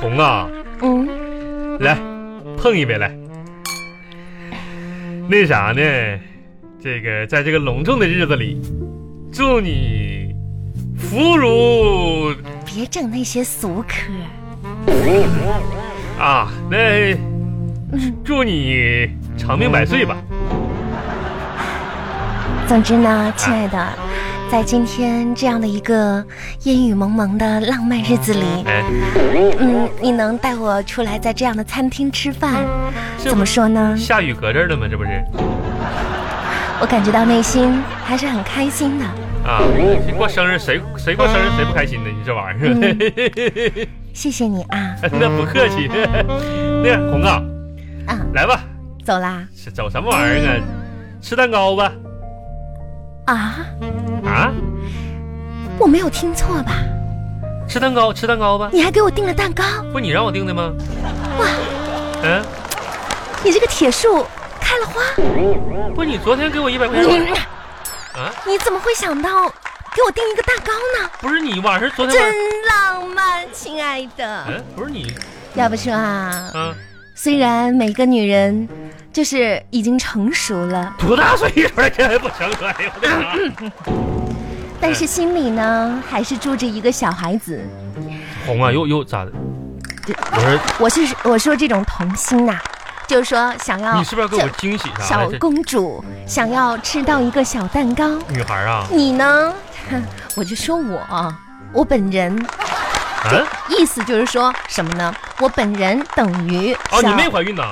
红啊，嗯，来碰一杯来。那啥呢，这个在这个隆重的日子里，祝你福如别整那些俗嗑。啊，那祝你长命百岁吧。总之呢，亲爱的，在今天这样的一个烟雨蒙蒙的浪漫日子里，哎，嗯，你能带我出来在这样的餐厅吃饭，这怎不么说呢？下雨搁这儿了吗？这不是我感觉到内心还是很开心的。啊，谁过生日谁谁过生日谁不开心呢？你这玩意儿。谢谢你啊， 那不客气。 那个红啊，啊，来吧，走啦是走什么玩意儿啊？吃蛋糕吧？啊，啊，我没有听错吧？吃蛋糕，吃蛋糕吧？你还给我订了蛋糕，不，你让我定的吗？嗯，你这个铁树开了花，不，你昨天给我一百块钱你啊？你怎么会想到给我订一个蛋糕呢？不是你晚上昨天晚上，真浪漫，亲爱的。嗯，不是你要不说啊，啊，虽然每个女人就是已经成熟了，多大岁数了，这还不成熟？哎呦我的妈！但是心里呢还是住着一个小孩子。红啊，又又咋的？我说我是我说这种童心呐、就是说想要你是不是要给我这惊喜啥小的？这公主想要吃到一个小蛋糕，女孩啊，你呢？ 哼我就说我，我本人嗯，意思就是说什么呢？我本人等于哦，你小没怀孕呐？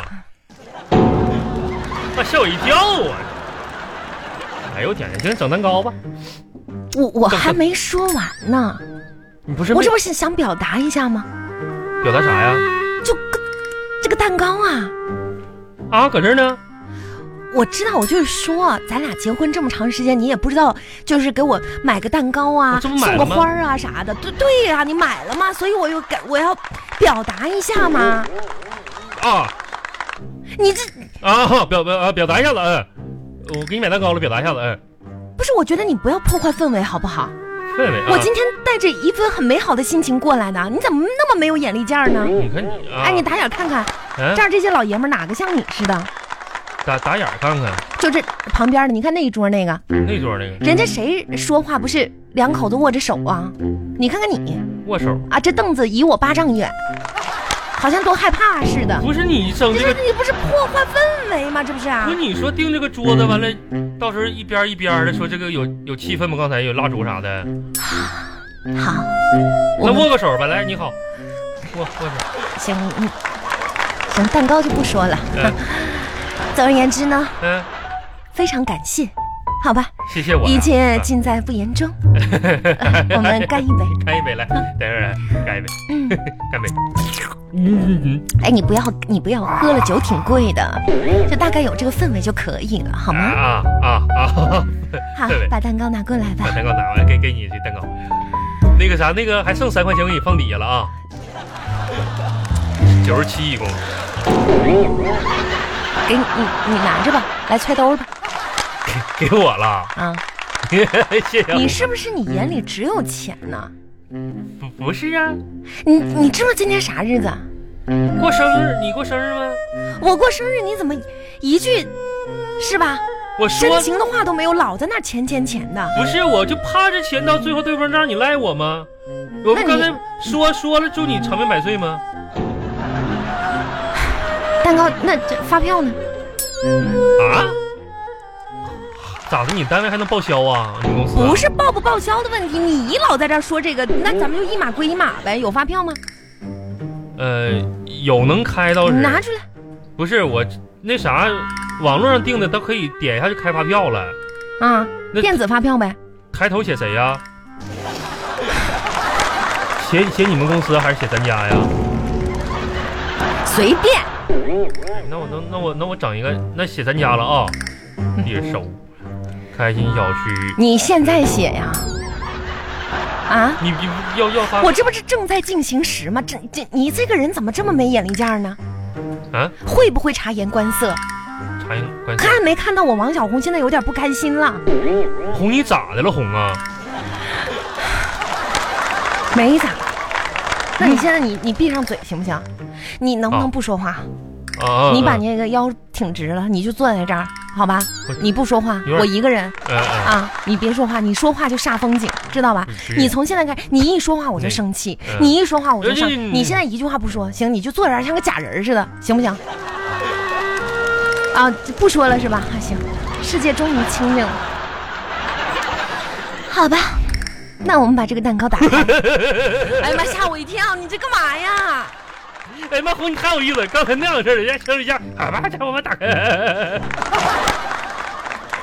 啊，吓我一跳啊！哎呦我天，行，整蛋糕吧。我我还没说完呢，你不是我这没不是想表达一下吗？表达啥呀？就跟这个蛋糕啊，啊，搁这儿呢。我知道，我就是说，咱俩结婚这么长时间，你也不知道，就是给我买个蛋糕哦啊，我这不买送了个吗花儿啊啥的。对对呀、你买了吗？所以我又给我要表达一下嘛。啊你这啊，表表啊表达一下子，嗯，我给你买蛋糕了，表达一下子，嗯，不是？我觉得你不要破坏氛围好不好？氛围啊。我今天带着一份很美好的心情过来的，你怎么那么没有眼力见儿呢？你看你啊，哎，你打眼看看，嗯这儿这些老爷们儿哪个像你似的？打打眼儿看看就这旁边的，你看那一桌那个，那桌那个人家谁说话不是两口子握着手啊？你看看你。握手，啊，这凳子离我巴丈远，好像都害怕似的。不是你整这这是个，你不是破坏氛围吗？这不是啊不是？你说定这个桌子，完了嗯到时候一边一边的说这个有有气氛吗？刚才有蜡烛啥的，好，嗯我那们握个手吧，来你好，握握手，行，嗯行，蛋糕就不说了。嗯总而言之呢，嗯，非常感谢，好吧，谢谢我呀，一切啊尽在不 言中。我们干一杯。干一杯来，等会儿干一杯，嗯， 干杯，嗯嗯哎，你不要，你不要，喝了酒挺贵的，就大概有这个氛围就可以了，好嗯吗？ 啊啊啊！好氛围，把蛋糕拿过来吧把。蛋糕拿过来，给给你这蛋糕。那个啥，那个还剩三块钱，我给你放底下了啊。九十七一共，给你，你你拿着吧，来揣兜吧。给我了， 啊，谢谢啊。你是不是你眼里只有钱呢？不不是啊，你你知道今天啥日子啊？过生日你过生日吗？我过生日你怎么一句是吧？我深说情的话都没有，老在那儿钱钱钱的。不是，我就怕这钱到最后对方让你赖我吗？我不那你刚才说说了祝你长命百岁吗？蛋糕那这发票呢？啊？咋的？你单位还能报销啊？你公司啊不是报不报销的问题，你老在这儿说这个，那咱们就一码归一码呗。有发票吗？呃，有能开到你是拿出来。不是我那啥，网络上订的都可以点一下就开发票了。啊，那电子发票呗。开头写谁呀、 写写你们公司还是写咱家呀？随便。那我那那我那我整一个，那写咱家了啊、别收，开心小区，你现在写呀？啊，你你要要发我这不是正在进行时吗？这这你这个人怎么这么没眼力见儿呢？啊？会不会察言观色？察言观色，看没看到我王小红现在有点不甘心了？红你咋的了红啊？没咋，那你现在你你闭上嘴行不行？你能不能好不说话？啊，你把那个腰挺直了，你就坐在这儿，好吧我？你不说话有，点我一个人嗯嗯啊，你别说话，你说话就煞风景，知道吧？你从现在开始，你一说话我就那生气，嗯你一说话我就生哎。你现在一句话不说，行，你就坐这儿像个假人似的，行不行？啊，不说了是吧？啊，行，世界终于清静了。好吧，那我们把这个蛋糕 打开。哎呀妈，吓我一跳！你这干嘛呀？哎妈红，你太有意思了，刚才那样的事儿，人家小李家啊吧，家伙把打开，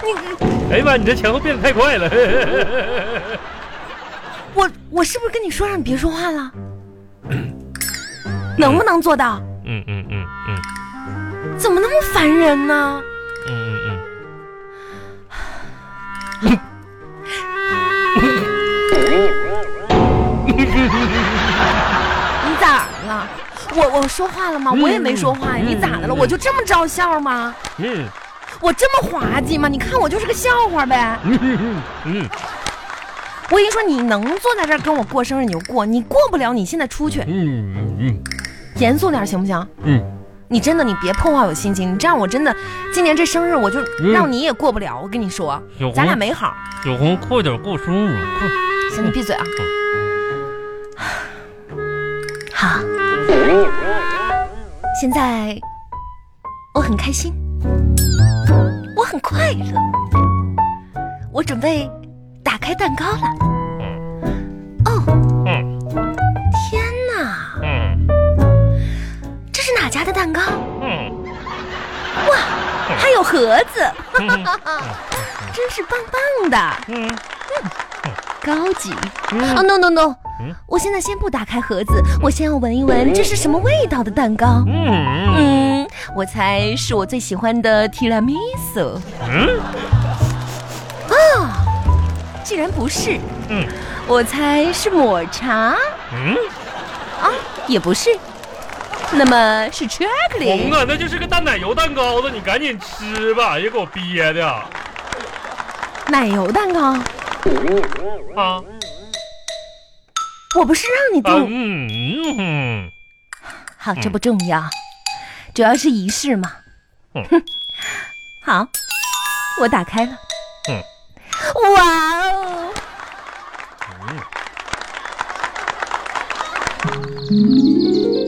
你哎呀妈，你这前后变得太快了，我我是不是跟你说让你别说 话了？能不能做到？嗯嗯嗯嗯怎么那么烦人呢？嗯嗯你咋了？我我说话了吗？我也没说话呀，嗯你咋的了？嗯我就这么招笑吗？嗯我这么滑稽吗？你看我就是个笑话呗。嗯嗯我一说你能坐在这儿跟我过生日你就过，你过不了你现在出去，嗯严肃点行不行？嗯你真的你别破坏我心情，你这样我真的今年这生日我就嗯让你也过不了。我跟你说，有咱俩红没好。有红，快点过生日，行，你闭嘴啊。嗯好，现在我很开心，我很快乐，我准备打开蛋糕了。嗯哦，嗯天哪，嗯这是哪家的蛋糕？嗯还有盒 子，嗯真是棒棒的，嗯。高级。嗯哦、no no no，嗯我现在先不打开盒子，我先要闻一闻这是什么味道的蛋糕。嗯嗯，我猜是我最喜欢的提拉米苏。嗯既然不是，嗯我猜是抹茶嗯，啊，也不是，那么是 chocolate 红。啊，那就是个淡奶油蛋糕子，你赶紧吃吧，也给我憋的奶油蛋糕。啊！我不是让你啊动，嗯嗯好，这不重要，主要是仪式嘛。嗯哼，好，我打开了。嗯哇哦，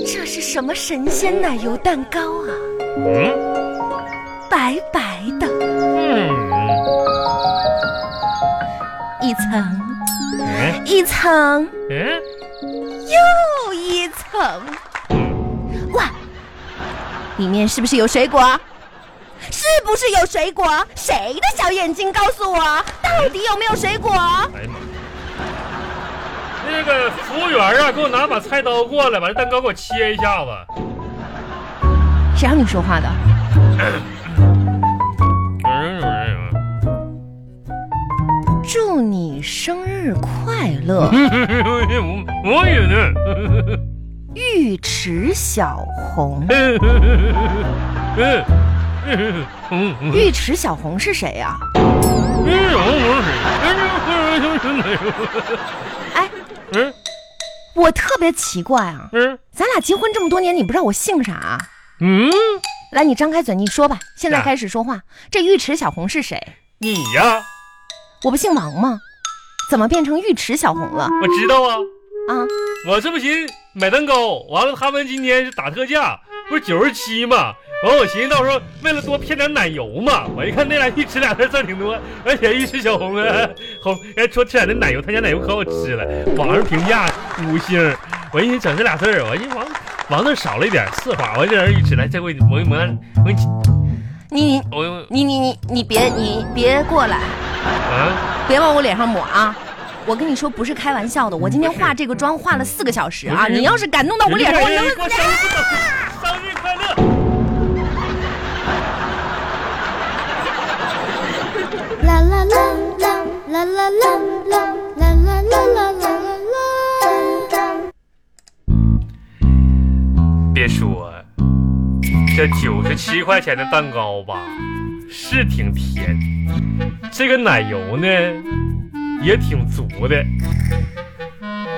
这是什么神仙奶油蛋糕啊？嗯白白的。嗯一层嗯一层嗯又一层，哇！里面是不是有水果？是不是有水果？谁的小眼睛告诉我，到底有没有水果？哎呀妈！那个服务员啊，给我拿把菜刀过来，把这蛋糕给我切一下子。谁让你说话的？祝你生日快乐，我也呢。尉迟小红。尉迟小红是谁啊呀、哎，嗯我特别奇怪啊，嗯咱俩结婚这么多年，你不知道我姓啥啊、嗯，来，你张开嘴，你说吧。现在啊开始说话。这尉迟小红是谁？你呀，我不姓王吗？怎么变成尉迟小红了我知道啊，啊？我这不寻思买蛋糕，完了他们今天是打特价，不是九十七嘛，完我寻思到时候为了多骗点奶油嘛，我一看那俩一吃俩字儿挺多，而且一吃小红啊 红，人说吃点那奶油，他家奶油可好吃了，网上评价五星儿，我一思整这俩字儿，我一往往那儿少了一点四花，我这人一吃来，这回我一磨，我一你我一你你你你别你别过来，啊，别往我脸上抹啊！我跟你说，不是开玩笑的。我今天化这个妆化了四个小时不啊！是你要是敢弄到我脸上，我人家能给我生日生日快乐！啦啦啦啦啦啦啦啦啦啦啦啦啦啦。别说，这九十七块钱的蛋糕吧，是挺甜，这个奶油呢也挺足的。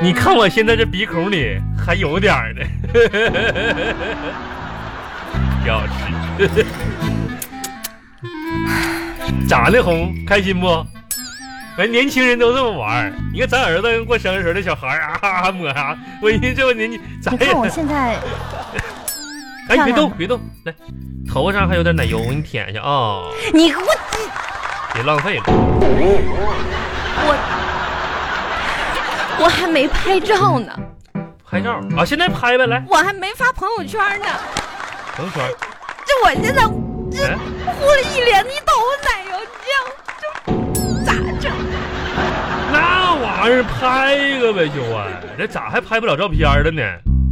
你看我现在这鼻孔里还有点儿呢，挺好吃。咋的红？开心不？哎，年轻人都这么玩儿。你看咱儿子过生日时候，那小孩儿啊哈哈抹啊，我一听这个年纪，咱 你也看我现哎，在别漂亮动，别动，来，头上还有点奶油，我给你舔一下啊、你我别浪费了。我我还没拍照呢，拍照嗯啊，现在拍呗，来，我还没发朋友圈呢，朋友圈。这我现在哎，糊了一脸一头奶油，你这样这咋整？那玩意儿拍一个呗，就啊，这咋还拍不了照片了呢？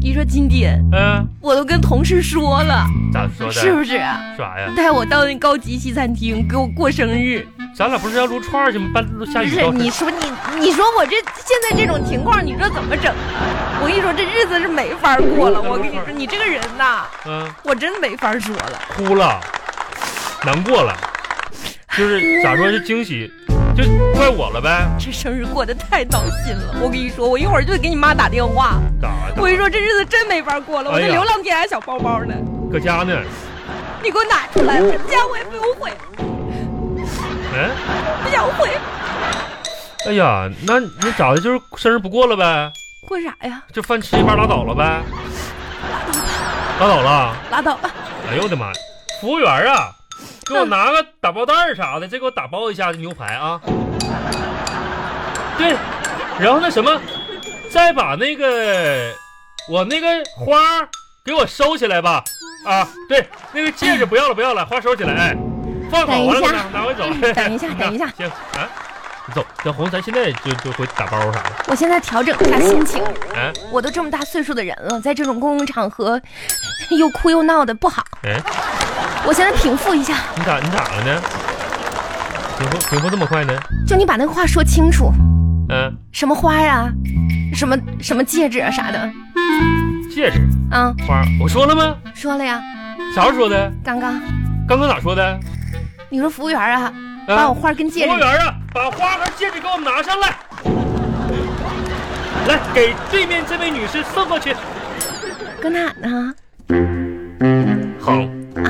你说今天嗯、我都跟同事说了，咋说的？是不是？说啥呀？带我到那高级西餐厅给我过生日，咱俩不是要撸串儿去吗？半路下不雨是了。你说你你说我这现在这种情况，你说怎么整啊？我跟你说，这日子是没法过了。我跟你说，你这个人呐，嗯、我真没法说了。哭了，难过了，就是咋说，就惊喜，就怪我了呗？这生日过得太闹心了，我跟你说，我一会儿就给你妈打电话。咋我的？跟你说，这日子真没法过了。我哎那呀流浪地还小包包呢，搁家呢？你给我拿出来，哦这样我也不用回，嗯、不想回。哎呀，那你咋的？就是生日不过了呗？过啥呀？就饭吃一半拉倒了呗？拉倒了。拉倒吧。哎呦我的妈！呀！服务员啊，给我拿个打包袋儿啥的，再给我打包一下牛排啊。对，然后那什么，再把那个我那个花儿给我收起来吧。啊，对，那个戒指不要了，不要了，花收起来。哎，放好等一完了下嗯拿拿回走。等 一下等一下行啊，你走。小红，咱现在就就回去打包啥的。我现在调整一下心情，哎我都这么大岁数的人了，在这种公共场合 又哭又闹的不好。哎，我现在平复一下，你咋你咋了呢？平复平复这么快呢？就你把那个话说清楚，嗯、什么花呀、什么什么戒指啊啥的戒指啊，花儿，我说了吗？说了呀。啥时候说的？刚刚刚刚咋说的？你说服务员啊，啊把我花跟戒服务指，员啊，把花和戒指给我拿上来， 来给对面这位女士送过去。搁哪呢？好，啊，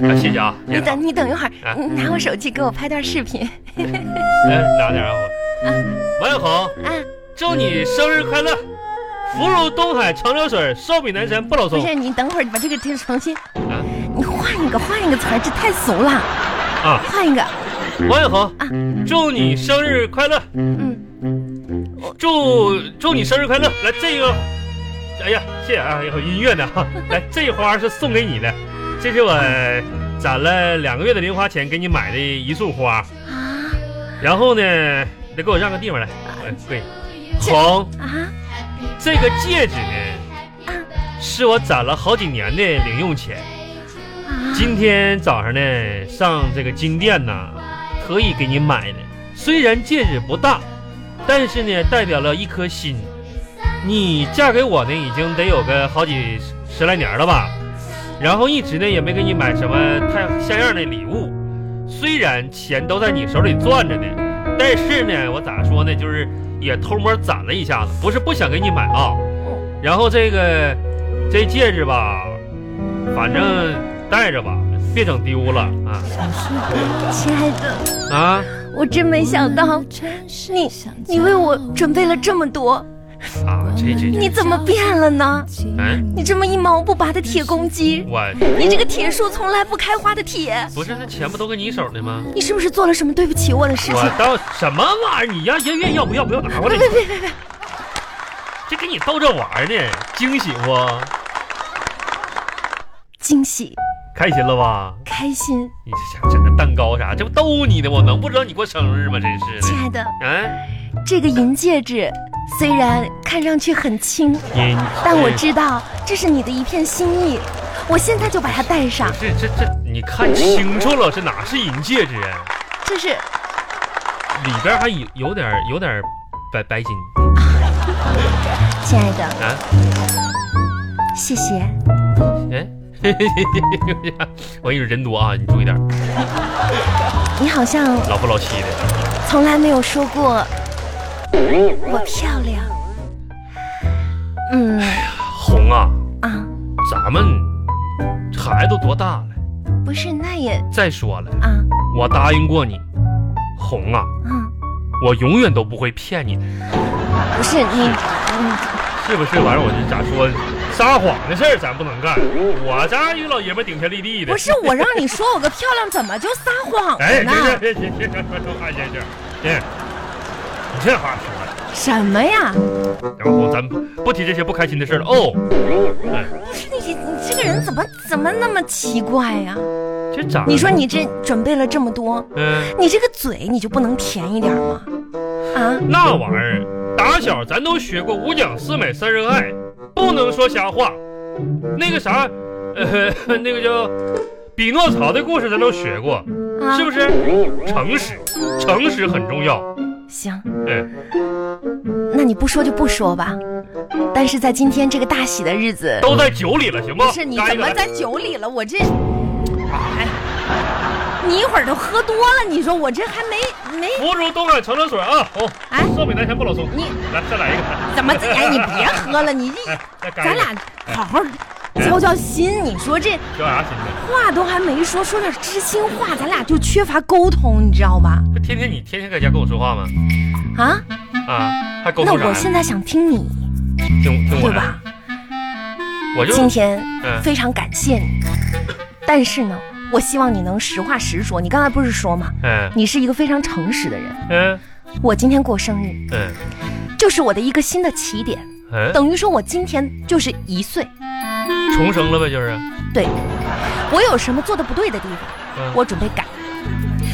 啊，谢谢啊，谢嗯你谢啊。等你等一会啊儿，你拿我手机给我拍段视频来拿点啊，嗯我。王小红，啊。祝你生日快乐，福如东海长流水，寿比南山不老不松。是你等会儿把这个这个重新，啊你换一个换一个词儿，这太俗了，啊，换一个。王小啊红，祝你生日快乐，嗯，祝祝你生日快乐。来这个，哎呀，谢谢啊，有音乐呢哈。来，这花是送给你的，这是我攒了两个月的零花钱给你买的一束花。啊然后呢，得给我让个地方来，哎跪。这红，啊，这个戒指呢，是我攒了好几年的零用钱。今天早上呢，上这个金店呐，特意给你买的。虽然戒指不大，但是呢，代表了一颗心。你嫁给我呢，已经得有个好几十十来年了吧？然后一直呢也没给你买什么太像样的礼物。虽然钱都在你手里攥着呢，但是呢，我咋说呢，就是也偷摸攒了一下子，不是不想给你买啊。哦然后这个这戒指吧，反正戴着吧，别整丢了啊亲爱的，啊！我真没想到你你为我准备了这么多，啊，这这你这，怎么变了呢？嗯，你这么一毛不拔的铁公鸡，我你这个铁树从来不开花的铁，不是那钱不都跟你手里吗？你是不是做了什么对不起我的事情我？到什么玩意儿？你要要愿要不要不要拿过来别！别别别别！这跟你逗着玩儿呢，惊喜不？惊喜开心了吧？开心，你这想整个蛋糕啥？这不逗你呢？我能不知道你过生日吗？真是亲的。爱的，嗯，这个银戒指虽然看上去很轻，你但我知道这是你的一片心意，我现在就把它戴上不。是这这，你看清楚了，这哪是银戒指啊？这是里边还有有点有点白白金亲爱的，啊。谢谢。哎， 我跟你说人多啊，你注意点，你好像老夫老妻的。从来没有说过我漂亮，嗯红啊，啊，咱们孩子都多大了？不是，那也再说了，啊，我答应过你，红啊，嗯，我永远都不会骗你的，不是你，嗯，是不是？完事我就咋说，撒谎的事儿咱不能干。我家一老爷们顶天立地的，不是我让你说我个漂亮，怎么就撒谎了哎，行行呢？行行行行行行行，行，你这话说的。什么呀？然后咱不不提这些不开心的事儿了哦。嗯，不是你，你这个人怎么怎么那么奇怪呀、这咋？你说你这准备了这么多，嗯，你这个嘴你就不能甜一点吗？啊，那玩意儿打小咱都学过五讲四美三仁爱，不能说瞎话。那个啥，呃， 那个叫匹诺曹的故事咱都学过，啊是不是？诚实，诚实很重要。行，嗯，那你不说就不说吧。但是在今天这个大喜的日子，都在酒哦里了，行不？不是你干一怎个么来在酒里了？我这，哎，你一会儿都喝多了，你说我这还没没福如东海长江水啊！哦，哎寿比南山不老松。你来，再来一个。怎么这？哎，你别喝 了，你这哎，再干咱一个。俩好好交交心。你说这小啥心情？话都还没说，说点知心话，咱俩就缺乏沟通，你知道吧？这天天你天天搁家跟我说话吗？啊，啊，还沟那通啥我呀？现在想听你，听听我对的吧？我就今天嗯非常感谢你，但是呢，我希望你能实话实说。你刚才不是说吗？嗯你是一个非常诚实的人。嗯我今天过生日，嗯就是我的一个新的起点，嗯，等于说我今天就是一岁。重生了呗，就是。对，我有什么做的不对的地方，嗯我准备改。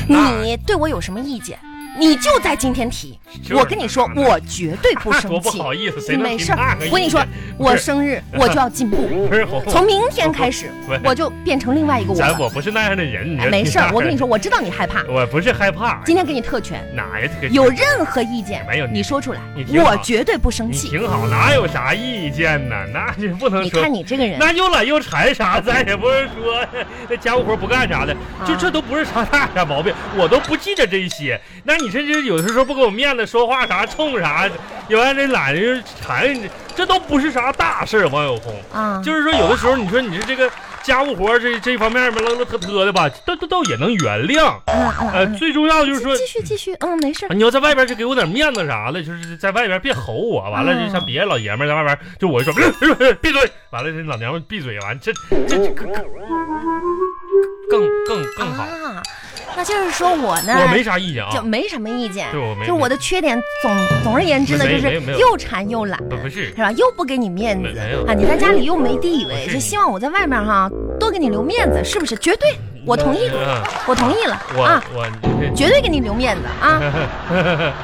那你对我有什么意见，你就在今天提。就是我跟你说，那我绝对不 那生多不气。好意思，谁能没听事那儿个意，见我跟你说，我生日我就要进步，不是我，从明天 开始不是我就变成另外一个我咱了。我不是那样的人，你哎这没事儿，我跟你说，，我知道你害怕，我不是害怕，今天给你特权，哪呀这个有任何意见没有你你说出来你，挺好我绝对不生你气。挺好，哪有啥意见呢？那就不能你说看。你这个人，那又懒又馋啥，咱也不是说那家务活不干啥的，就啊这都不是啥大啥毛病，我都不记着这些。那你这这有的时候不给我面子，说话啥冲啥，有完这懒就是馋，这都不是啥大事儿。王小红，啊，就是说有的时候你说你是这个家务活儿这这一方面吧，乐乐特特的吧，倒倒倒也能原谅。嗯嗯呃，嗯最重要就是说继。继续继续，嗯，没事儿啊。 你要在外边就给我点面子啥的，就是在外边别吼我，完了嗯就像别的老爷们儿在外边，就我就说哎闭嘴，完了这老娘们闭嘴，完这这这更更更更好，啊，那就是说我呢，我没啥意见啊就，没什么意见，对我没就我的缺点总总而言之呢，没就没是没有又馋又懒，不不是是吧？又不给你面没子没有啊，你在家里又没地位，不是就希望我在外面哈多给你留面子，是不是？绝对，我同意，嗯我同意了我啊，我 绝对给你留面子啊！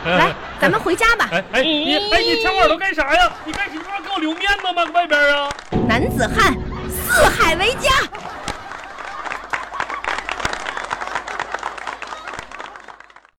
来，咱们回家吧，嗯哎哎你哎你抢我耳朵干啥呀？你干什么时候给我留面子吗？搁外边啊？男子汉，四海为家。